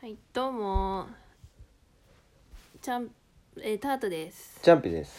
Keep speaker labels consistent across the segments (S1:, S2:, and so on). S1: はい、どうも。ちゃん、えータートです。
S2: ジャンピです。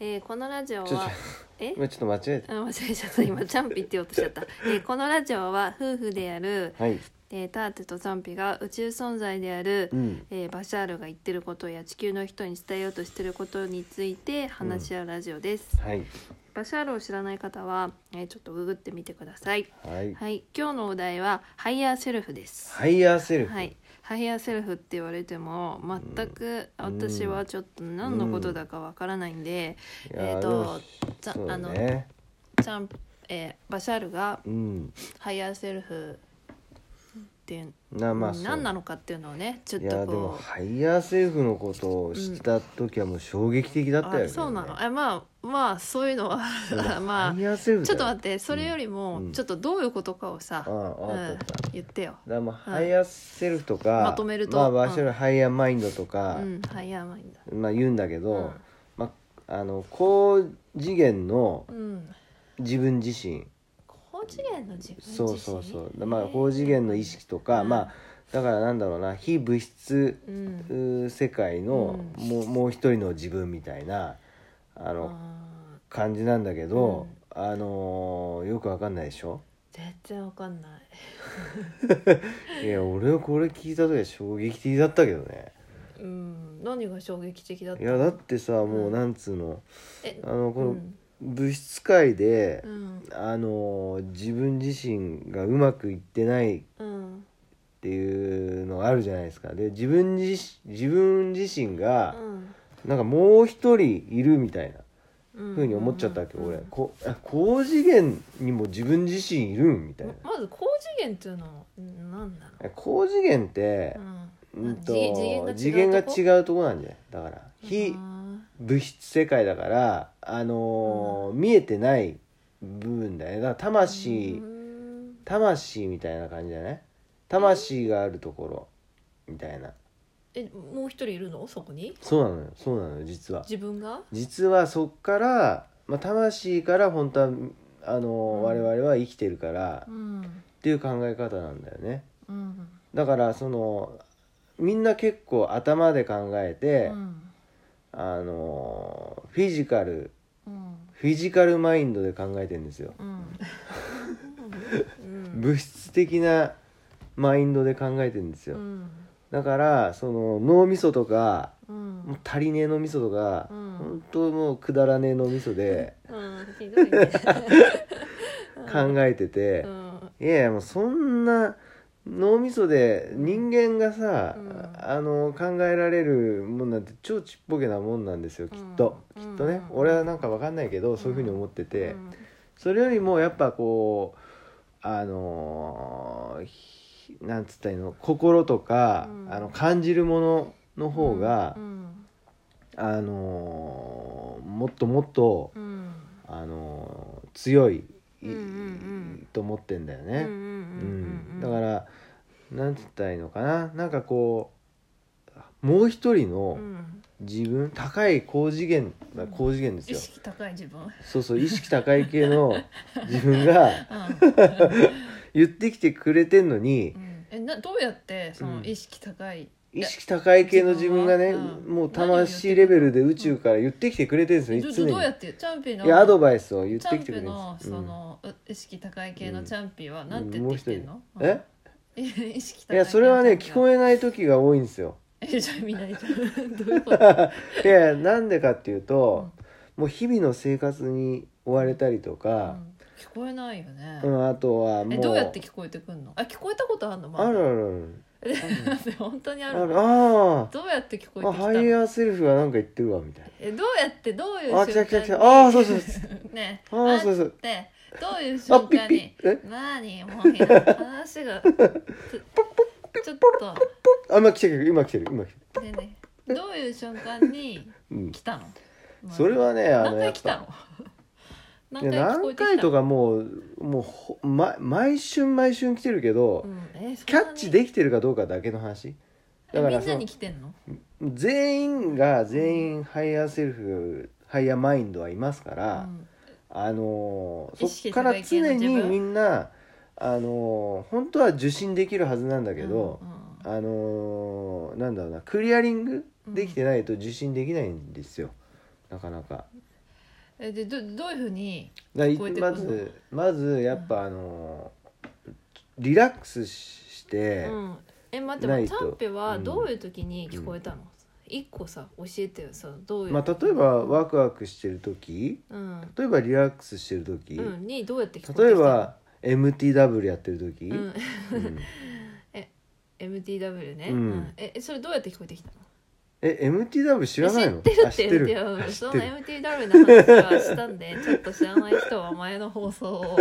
S1: えーこのラジオ
S2: ちょちょ
S1: は。え。
S2: 今ちょっと間違え
S1: あ、間違えちゃった、今、チャンピって言おうとしちゃった。えーこのラジオは夫婦である、
S2: た。はい。
S1: えータートとチャンピが宇宙存在である。
S2: うん。
S1: えーバシャールが言ってることや地球の人に伝えようとしてることについて話し合うラジオです、
S2: はい。
S1: バシャールを知らない方は、えーちょっとググってみてください
S2: はい。
S1: はい今日のお題はハイヤーセルフです
S2: ハイヤーセルフ。
S1: はい、ハイヤーセルフって言われても全く私はちょっと何のことだかわからないんで、
S2: いやー
S1: えーとざ
S2: そうだ
S1: あの
S2: ね。
S1: ちゃんえーバシャールが
S2: うん。
S1: ハイヤーセルフって
S2: なまあそう。
S1: 何なのかっていうのをねちょっ
S2: いや
S1: と
S2: でも
S1: こ
S2: ハイヤーセルフのことを知った時はもう衝撃的だ
S1: う、
S2: ったよね。
S1: あそうなのえまあまあそういうのは ま
S2: ハイヤーセル
S1: あ
S2: フ。。
S1: ちょっと待っててそれよりも
S2: うん
S1: ちょっとどういうことかをさ、
S2: ああわ
S1: う
S2: か
S1: ん
S2: った。だか
S1: 言ってよ。
S2: らまあハイヤーセルフとか、
S1: まとめると
S2: まあ場所のハイヤーマインドと
S1: う
S2: か、
S1: ん、ハイヤーマインド。
S2: まあ言うんだけど、
S1: うん
S2: まああの高次元の
S1: うん、
S2: 自分自身。
S1: 高次元の自分自身
S2: そうそうそうだまあ高次元の意識とか、
S1: うん
S2: まあだからなんだろうな非物質
S1: うん
S2: うー世界のもうもう一人の自分みたいなあの
S1: あ
S2: 感じなんだけど、あのーよくわかんないでしょ
S1: ー全然わかんない
S2: いや俺はこれ聞いた時は衝撃的だったけどね
S1: うん何が衝撃的だった
S2: いやだってさもうなんつうの
S1: え
S2: あのこ
S1: う
S2: の
S1: ん
S2: 物質界で
S1: う、ん
S2: あのー自分自身がうまくいってない
S1: うん
S2: っていうのがあるじゃないですかで自分自身自分自身がなんかもう一人いるみたいな
S1: うん
S2: ふうに思っちゃったわけ、
S1: うんうんうん
S2: 俺こあ高次元にも自分自身いるんみたいな
S1: ま、まず高次元っていうのはうん何なの
S2: 高次元って、
S1: うん
S2: うんと
S1: 次
S2: 次
S1: 元
S2: 元
S1: が
S2: が
S1: 違うとこ
S2: 違うとこなんじゃないだから非
S1: あ
S2: 物質世界だからあのー見えてない部分だよねだか
S1: ー
S2: ら魂、
S1: うん
S2: 魂みたいな感じじゃない魂があるところみたいな
S1: えもう一人いるのそこに
S2: そうなのよそうなのよ実は
S1: 自分が
S2: 実はそっから、まあ、魂から本当はあの、
S1: ん
S2: 我々は生きてるからっ
S1: ん
S2: ていう考え方なんだよね
S1: うん
S2: だからそのみんな結構頭で考えて、
S1: うん
S2: あのフィジカル
S1: うん
S2: フィジカルマインドで考えてるんですよ、
S1: うんうん
S2: 物質的なマインドで考えてるんです
S1: う
S2: よ、
S1: ん
S2: だからその脳みそとか
S1: うん
S2: もう足りねえ脳みそとか、
S1: うん
S2: 本当もうくだらねえ脳みそで
S1: うんひどいね
S2: 考えてて、
S1: うん
S2: いやいやもうそんな脳みそで人間がさ、
S1: うん
S2: あの考えられるもんなんて超ちっぽけなもんなんですよきっと、
S1: うん
S2: きっとね、
S1: うん
S2: 俺はなんかわかんないけどそういうふうに思ってて、
S1: うん
S2: それよりもやっぱこうあのーひなんつったらいいの心とか、
S1: うん
S2: あの感じるものの方が、
S1: うん
S2: あのーもっともっと、
S1: うん
S2: あのー強い、い
S1: うんうんうん
S2: と思ってんだよ
S1: うん
S2: ね。
S1: うんうんうん
S2: だからなんつったらいいのかななんかこうもう一人
S1: う
S2: の
S1: ん
S2: 自分、高い高次元まあ高次元です
S1: 意
S2: よ
S1: 識高い自分
S2: そうそう意識高い系の自分が言ってきてくれてんのに
S1: うんえなどうやってそうの
S2: ん
S1: 意識高い
S2: 意識高い系の自分がね
S1: 自分はうん
S2: もう魂レベルで宇宙から言ってきてくれてるんです
S1: ど
S2: よ常
S1: どうや
S2: に。
S1: ってチャンピの
S2: いやアドバイスを言っ
S1: チ
S2: て
S1: ャ
S2: き
S1: ンピ
S2: てくれるん
S1: の
S2: です
S1: そ
S2: よ、
S1: のう意識高い系のチャンピは
S2: ん
S1: なんて言ってきてんの
S2: うんえ
S1: うん 意識
S2: う
S1: 高
S2: ん、
S1: い
S2: いやそれはね聞こ
S1: え
S2: えない時が多いんですよ。
S1: えじゃあみんなに どういうこと
S2: いやなんでかっていうと、もう日々の生活に追われたりと
S1: うん
S2: か、
S1: 聞こえないよね
S2: うん、あとはも
S1: え
S2: う
S1: どうやって聞こえてくんのあ聞こえたことあるのまだ
S2: あるある
S1: えだって本当に
S2: あ
S1: あ
S2: るあ
S1: る
S2: るあ
S1: どうやって聞こえ
S2: ー
S1: て
S2: あ
S1: きた
S2: ハイ
S1: の
S2: ヤーセルフがなんか言ってるわみたい
S1: えどうやってどういう
S2: あ
S1: 瞬
S2: 来
S1: 間
S2: た
S1: に
S2: 来た来たあーそうそ う
S1: ね
S2: あーそうそう
S1: ってどういう
S2: なあ
S1: 瞬
S2: ピッ
S1: 間
S2: ピ
S1: に
S2: ッえ
S1: 何もういや話がちょっと
S2: あ今来てる今来てる今来て
S1: ね
S2: る、
S1: えねえどういう瞬間に
S2: うん
S1: 来、たの
S2: それはねあ
S1: 何
S2: の
S1: 回
S2: やっ
S1: 来た
S2: ぱ
S1: の
S2: い
S1: 何
S2: や
S1: 回聞こえ
S2: 何
S1: てきた
S2: 回
S1: の
S2: とかもうもうほ、ま、毎瞬毎瞬来てるけど、
S1: うんえそんなに
S2: キャッチできてるかどうかだけの話
S1: え
S2: だか
S1: み
S2: ら
S1: ん
S2: そ
S1: な
S2: の
S1: に来てんの
S2: 全員が全員ハイヤーセルフハイヤーマインドはいますから、
S1: うん
S2: あのー
S1: 意
S2: そ
S1: 識
S2: っから
S1: 高い系の
S2: 常
S1: 自分
S2: にみんなあのー本当は受信できるはずなんだけど、
S1: うんうん
S2: あのーなんだろうなクリアリングできてないと受信できないんですよ、なかなか。
S1: えでどどういうふうに
S2: だい
S1: こうやって
S2: ま
S1: こ
S2: ずまずやっぱあのーリラックスして、
S1: うん、え待って
S2: ない
S1: 待っ
S2: と
S1: てタンペは
S2: うん
S1: どういう時に聞こえたの、一個さ教えてよさどういう、
S2: まあ、例えばワクワクしてる時
S1: うん、
S2: 例えばリラックスしてる時、
S1: うん、にどうやって聞こえてきたの
S2: 例えば MTW やってる時、
S1: うん
S2: うん、
S1: MTW ね、
S2: うん
S1: ええそれどうやって聞こえてきたの
S2: え MTW 知らない
S1: 知
S2: の
S1: ってる
S2: あ
S1: って
S2: る
S1: いや
S2: あ 知
S1: そ
S2: っ
S1: の
S2: てる
S1: MTW の話はしたん でちょっと知らない人は前の放送を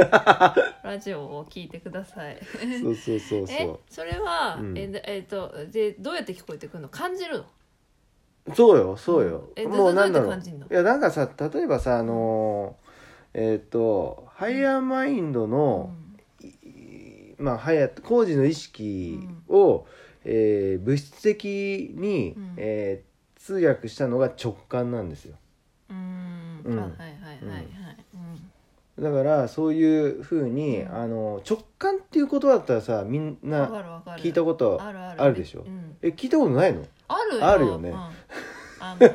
S1: ラジオを聞いてください
S2: そうそうそう
S1: え
S2: そ
S1: それは、
S2: うん
S1: えでえっとでどうやって聞こえてくるの感じるの
S2: うそうよそうよ
S1: え
S2: もうなんだろ
S1: どうや
S2: う
S1: って感じんの
S2: いやなんかさ例えばさあのーえっ、とハイヤーマインドの、まあ、はや工事の意識を、えー物質的に、
S1: うん
S2: えー通訳したのが直感なんですよ
S1: うん、
S2: うん
S1: あはいはいはいはい、うん
S2: だからそういうふうに、
S1: うん
S2: あの直感っていうことだったらさみん
S1: わか
S2: な
S1: るわかる
S2: 聞いたこと
S1: あるある
S2: あるでしょ
S1: うん、
S2: え聞いたことないの
S1: あるよ
S2: あるよね
S1: うんあの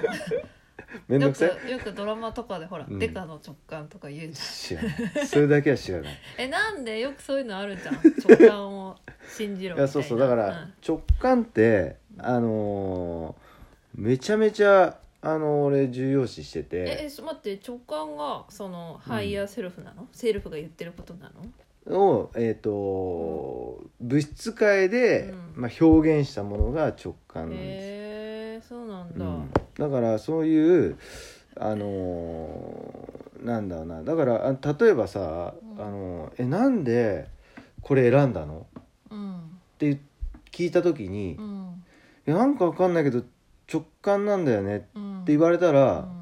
S2: めんど
S1: よ
S2: くさい
S1: くよくドラマとかでほら、
S2: うん
S1: デカの直感とか言うじ
S2: 知らないそれだけは知ら ないい
S1: ゃんえなんでよくそういうのある じゃん直感を信じろみたいな
S2: やそうそうだから、直感ってあのーめちゃめちゃあの俺重要視して
S1: うんえ
S2: て
S1: えそ待って直感がそのハイヤーセルフなの、セルフが言ってることなの
S2: をえっ、と、物質界で、
S1: うん
S2: まあ、表現したものが直感なんです
S1: へえそうなん
S2: う
S1: だ、
S2: ん、だからそういうあのーなんだろうなだからあ例えばさ、
S1: うん
S2: あのーえなんでこれ選んだの
S1: うん
S2: って聞いた時に、
S1: う
S2: い
S1: ん
S2: やなんかわかんないけど直感なんだよねって
S1: うん
S2: 言われたら、
S1: うん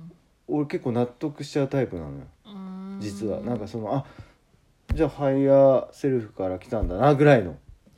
S2: 俺結構納得しちゃうタイプなのよ
S1: うん
S2: 実は、なんかそのあじゃあハイヤーセルフから来たんだなぐらいの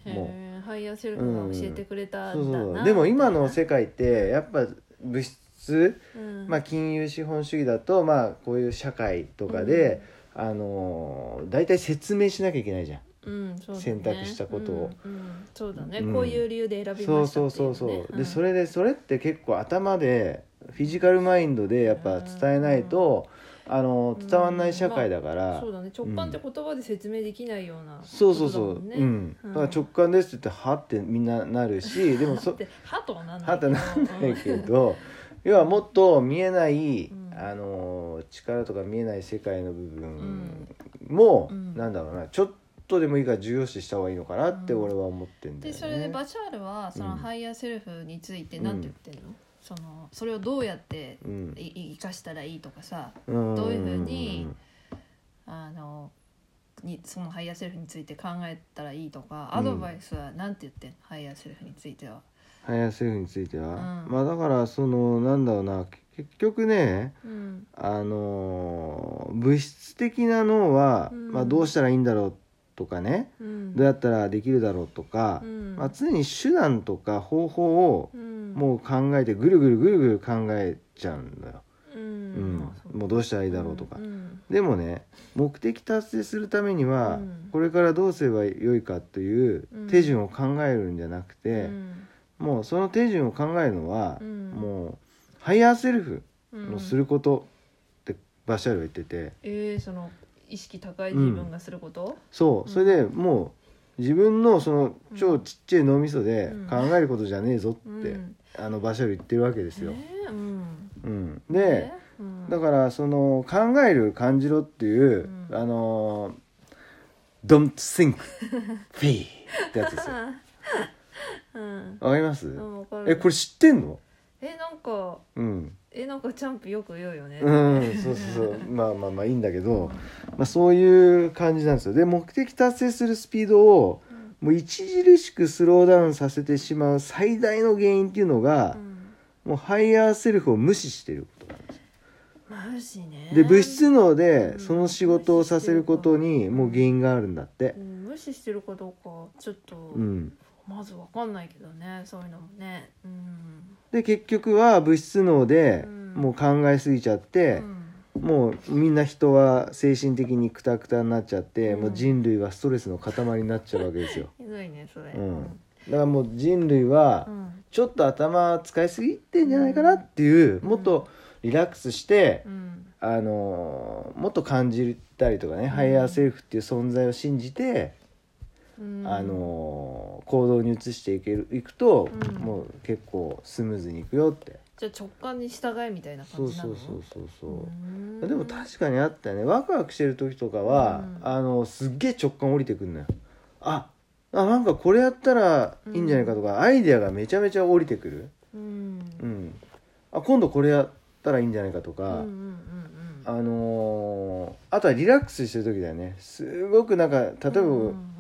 S2: も
S1: へえハイヤーセルフが教えてくれた
S2: そうん
S1: だな、
S2: そうでも今の世界ってやっぱ物質
S1: うん
S2: まあ、金融資本主義だと、まあ、こういう社会とかで、あのー大体説明しなきゃいけないじゃん。
S1: うんそうだね
S2: 選択したことを
S1: うんうんそうだね、
S2: うん
S1: こういう理由で選び
S2: そ
S1: ま
S2: う
S1: した
S2: そ
S1: っ
S2: う
S1: てい
S2: そううそう、
S1: ね
S2: でそ
S1: れ
S2: れでそれって結構頭でフィジカルマインドでやっぱ伝えないと、あのー伝わんない社会だから、
S1: そうだね直感って言葉で説明できないような、
S2: そうそうそう
S1: ことだもんね
S2: うん、
S1: うん
S2: だから直感ですって言って「は」ってみんななるしでもそ
S1: で歯とはなんない
S2: はてなんない
S1: け
S2: け
S1: ど
S2: ど要はもっと見えない、
S1: うん
S2: あの力とか見えない世界の部分も、
S1: うん
S2: なんだろうなちょっとでもいいから重要視した方がいいのかなって俺は思ってんだ
S1: で
S2: よね。
S1: それでバシャールはその、
S2: うん
S1: ハイヤーセルフについて何て言ってんの,、そのそれをどうやって
S2: うん
S1: いい生かしたらいいとかさ
S2: ど
S1: どういうふうにあのにそのハイヤーセルフについて考えたらいいとか
S2: うん
S1: アドバイスは何て言ってんの、ハイヤーセルフについては。
S2: ハイヤーセルフについては、
S1: うん
S2: まあだからそのなんだろうな結局ね
S1: うん
S2: あの物質的な脳は、
S1: うん
S2: まあ、どうしたらいいんだろうとかね
S1: うん
S2: どうやったらできるだろうとか、
S1: うん
S2: まあ、常に手段とか方法を
S1: うん
S2: もう考えてぐるぐるぐるぐる考えちゃうんだよ、
S1: う
S2: うんん
S1: まあそう
S2: もうどうしたらいいだろうとか、
S1: ん
S2: でもね目的達成するためには、
S1: うん
S2: これからどうすればよいかという
S1: うん
S2: 手順を考えるんじゃなく
S1: う
S2: て、
S1: ん
S2: もうその手順を考えるのは、
S1: うん
S2: もうハイヤーセルフ
S1: うん
S2: のすることってバシャルは言ってて
S1: えー、その意識高い自分がすること、
S2: そうそれでもう自分のその超ちっちゃい脳みそで
S1: うん
S2: 考えることじゃねえぞって、
S1: うん
S2: あのバシャル言ってるわけですよ。
S1: えーうん
S2: うん、で、
S1: うん
S2: だからその考える感じろっていう、
S1: うん
S2: あのー don't think feel ってやつ ですよ
S1: うん
S2: わかります、
S1: うんわかる
S2: えこれ知ってんの
S1: えなんか
S2: うん、
S1: えなんかチャンプよく言うよね、
S2: うん、そうそうそうまあまあまあいいんだけど、まあ、そういう感じなんですよで目的達成するスピードをもう著しくスローダウンさせてしまう最大の原因っていうのが
S1: う、ん、
S2: もうハイヤーセルフを無視してることなんです
S1: マジね
S2: で物質脳
S1: う
S2: で
S1: ん
S2: その仕事をさせることにもう原因があるんだって
S1: う、ん無視してるかどうかちょっと、
S2: うん、
S1: まずわかんないけどねそういうのもねうん
S2: で結局は物質脳で
S1: うん
S2: もう考えすぎちゃっ
S1: う
S2: て、
S1: ん
S2: もうみんな人は精神的にクタクタになっちゃって、
S1: うん。
S2: もう人類はストレスの塊になっちゃうわけですよ
S1: ひどいねそれ、
S2: うん
S1: うん
S2: だからもう人類は
S1: うん
S2: ちょっと頭使いすぎてんじゃないかなっていう、もっとリラックスして
S1: う、ん
S2: あのーもっと感じたりとかね、ハイヤーセルフっていう存在を信じて、
S1: うん
S2: あのー行動に移していけるいくと、
S1: うん
S2: もう結構スムーズにいくよって
S1: じゃあ直感に従えみたいな
S2: そ
S1: 感
S2: う
S1: じな
S2: そ
S1: の
S2: うそうそうそうう、
S1: ん
S2: でも確かにあったよねワクワクしてる時とかは、
S1: うん
S2: あのすっげえ直感降りてくんのよああなんかこれやったらいいんじゃないかとか、アイデアがめちゃめちゃ降りてくる、
S1: うん
S2: うん、あ今度これやったらいいんじゃないかと
S1: うんうん
S2: か、
S1: うんうん
S2: あのーあとはリラックスしてる時だよねすごくなんか例えば、
S1: うん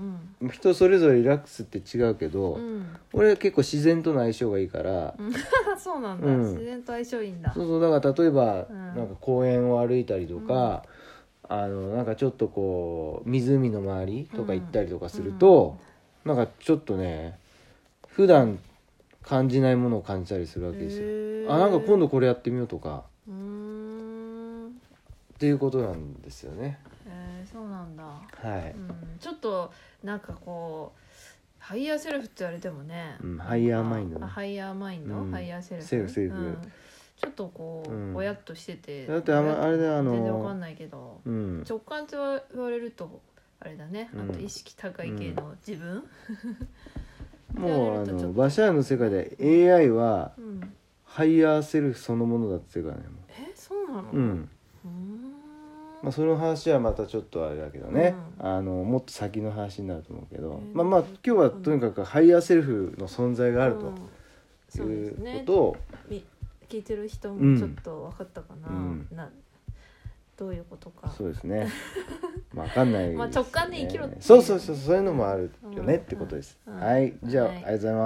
S2: 人それぞれリラックスって違うけど、
S1: うんうん
S2: 俺は結構自然との相性がいいから、
S1: そうなんだ、
S2: うん
S1: 自然と相性いいんだ
S2: そうそうだから例えば、
S1: うん
S2: なんか公園を歩いたりとか、あのなんかちょっとこう湖の周りとか行ったりとかすると、なんかちょっとね普段感じないものを感じたりするわけですよ。
S1: へー
S2: あなんか今度これやってみようとか
S1: うーん
S2: っていうことなんですよね。
S1: へーそうなんだ、
S2: は
S1: う
S2: い。
S1: ん、ちょっとなんかこうハイヤーセルフって言われてもね、
S2: うんハイヤーマインドね
S1: あハイヤーマインド、
S2: うん
S1: ハイヤーセルフ
S2: セルフセルフ
S1: うんちょっとこう、
S2: うん
S1: ぼやっとしてて
S2: だってあ,、まあれだよあ
S1: 全然わかん
S2: の
S1: ないけど
S2: うん
S1: 直感って言われるとあれだね、
S2: うん
S1: あと意識高い系の自分、
S2: もうあ
S1: ちょっと
S2: のバシャールの世界で AI は
S1: うん
S2: ハイヤーセルフそのものだっていうからね。も
S1: えそうなの
S2: ううん。
S1: うーん
S2: まあ、その話はまたちょっとあれだけどね、あのもっと先の話になると思うけど、
S1: えー
S2: まあまあ今日はとにかくハイヤーセルフの存在がある
S1: うん
S2: と
S1: そう
S2: い
S1: で
S2: う
S1: す
S2: こ
S1: ね
S2: とを、
S1: み聞いてる人
S2: うん
S1: もちょっと分かったかな,、
S2: うん
S1: などういうことか
S2: そうですね まあ分か んないすね
S1: まあ直感で生きろっていう
S2: そうそうそうそういうのもあるよねってことです、
S1: うんうん
S2: はいじゃあ、
S1: はい
S2: ありがとうございます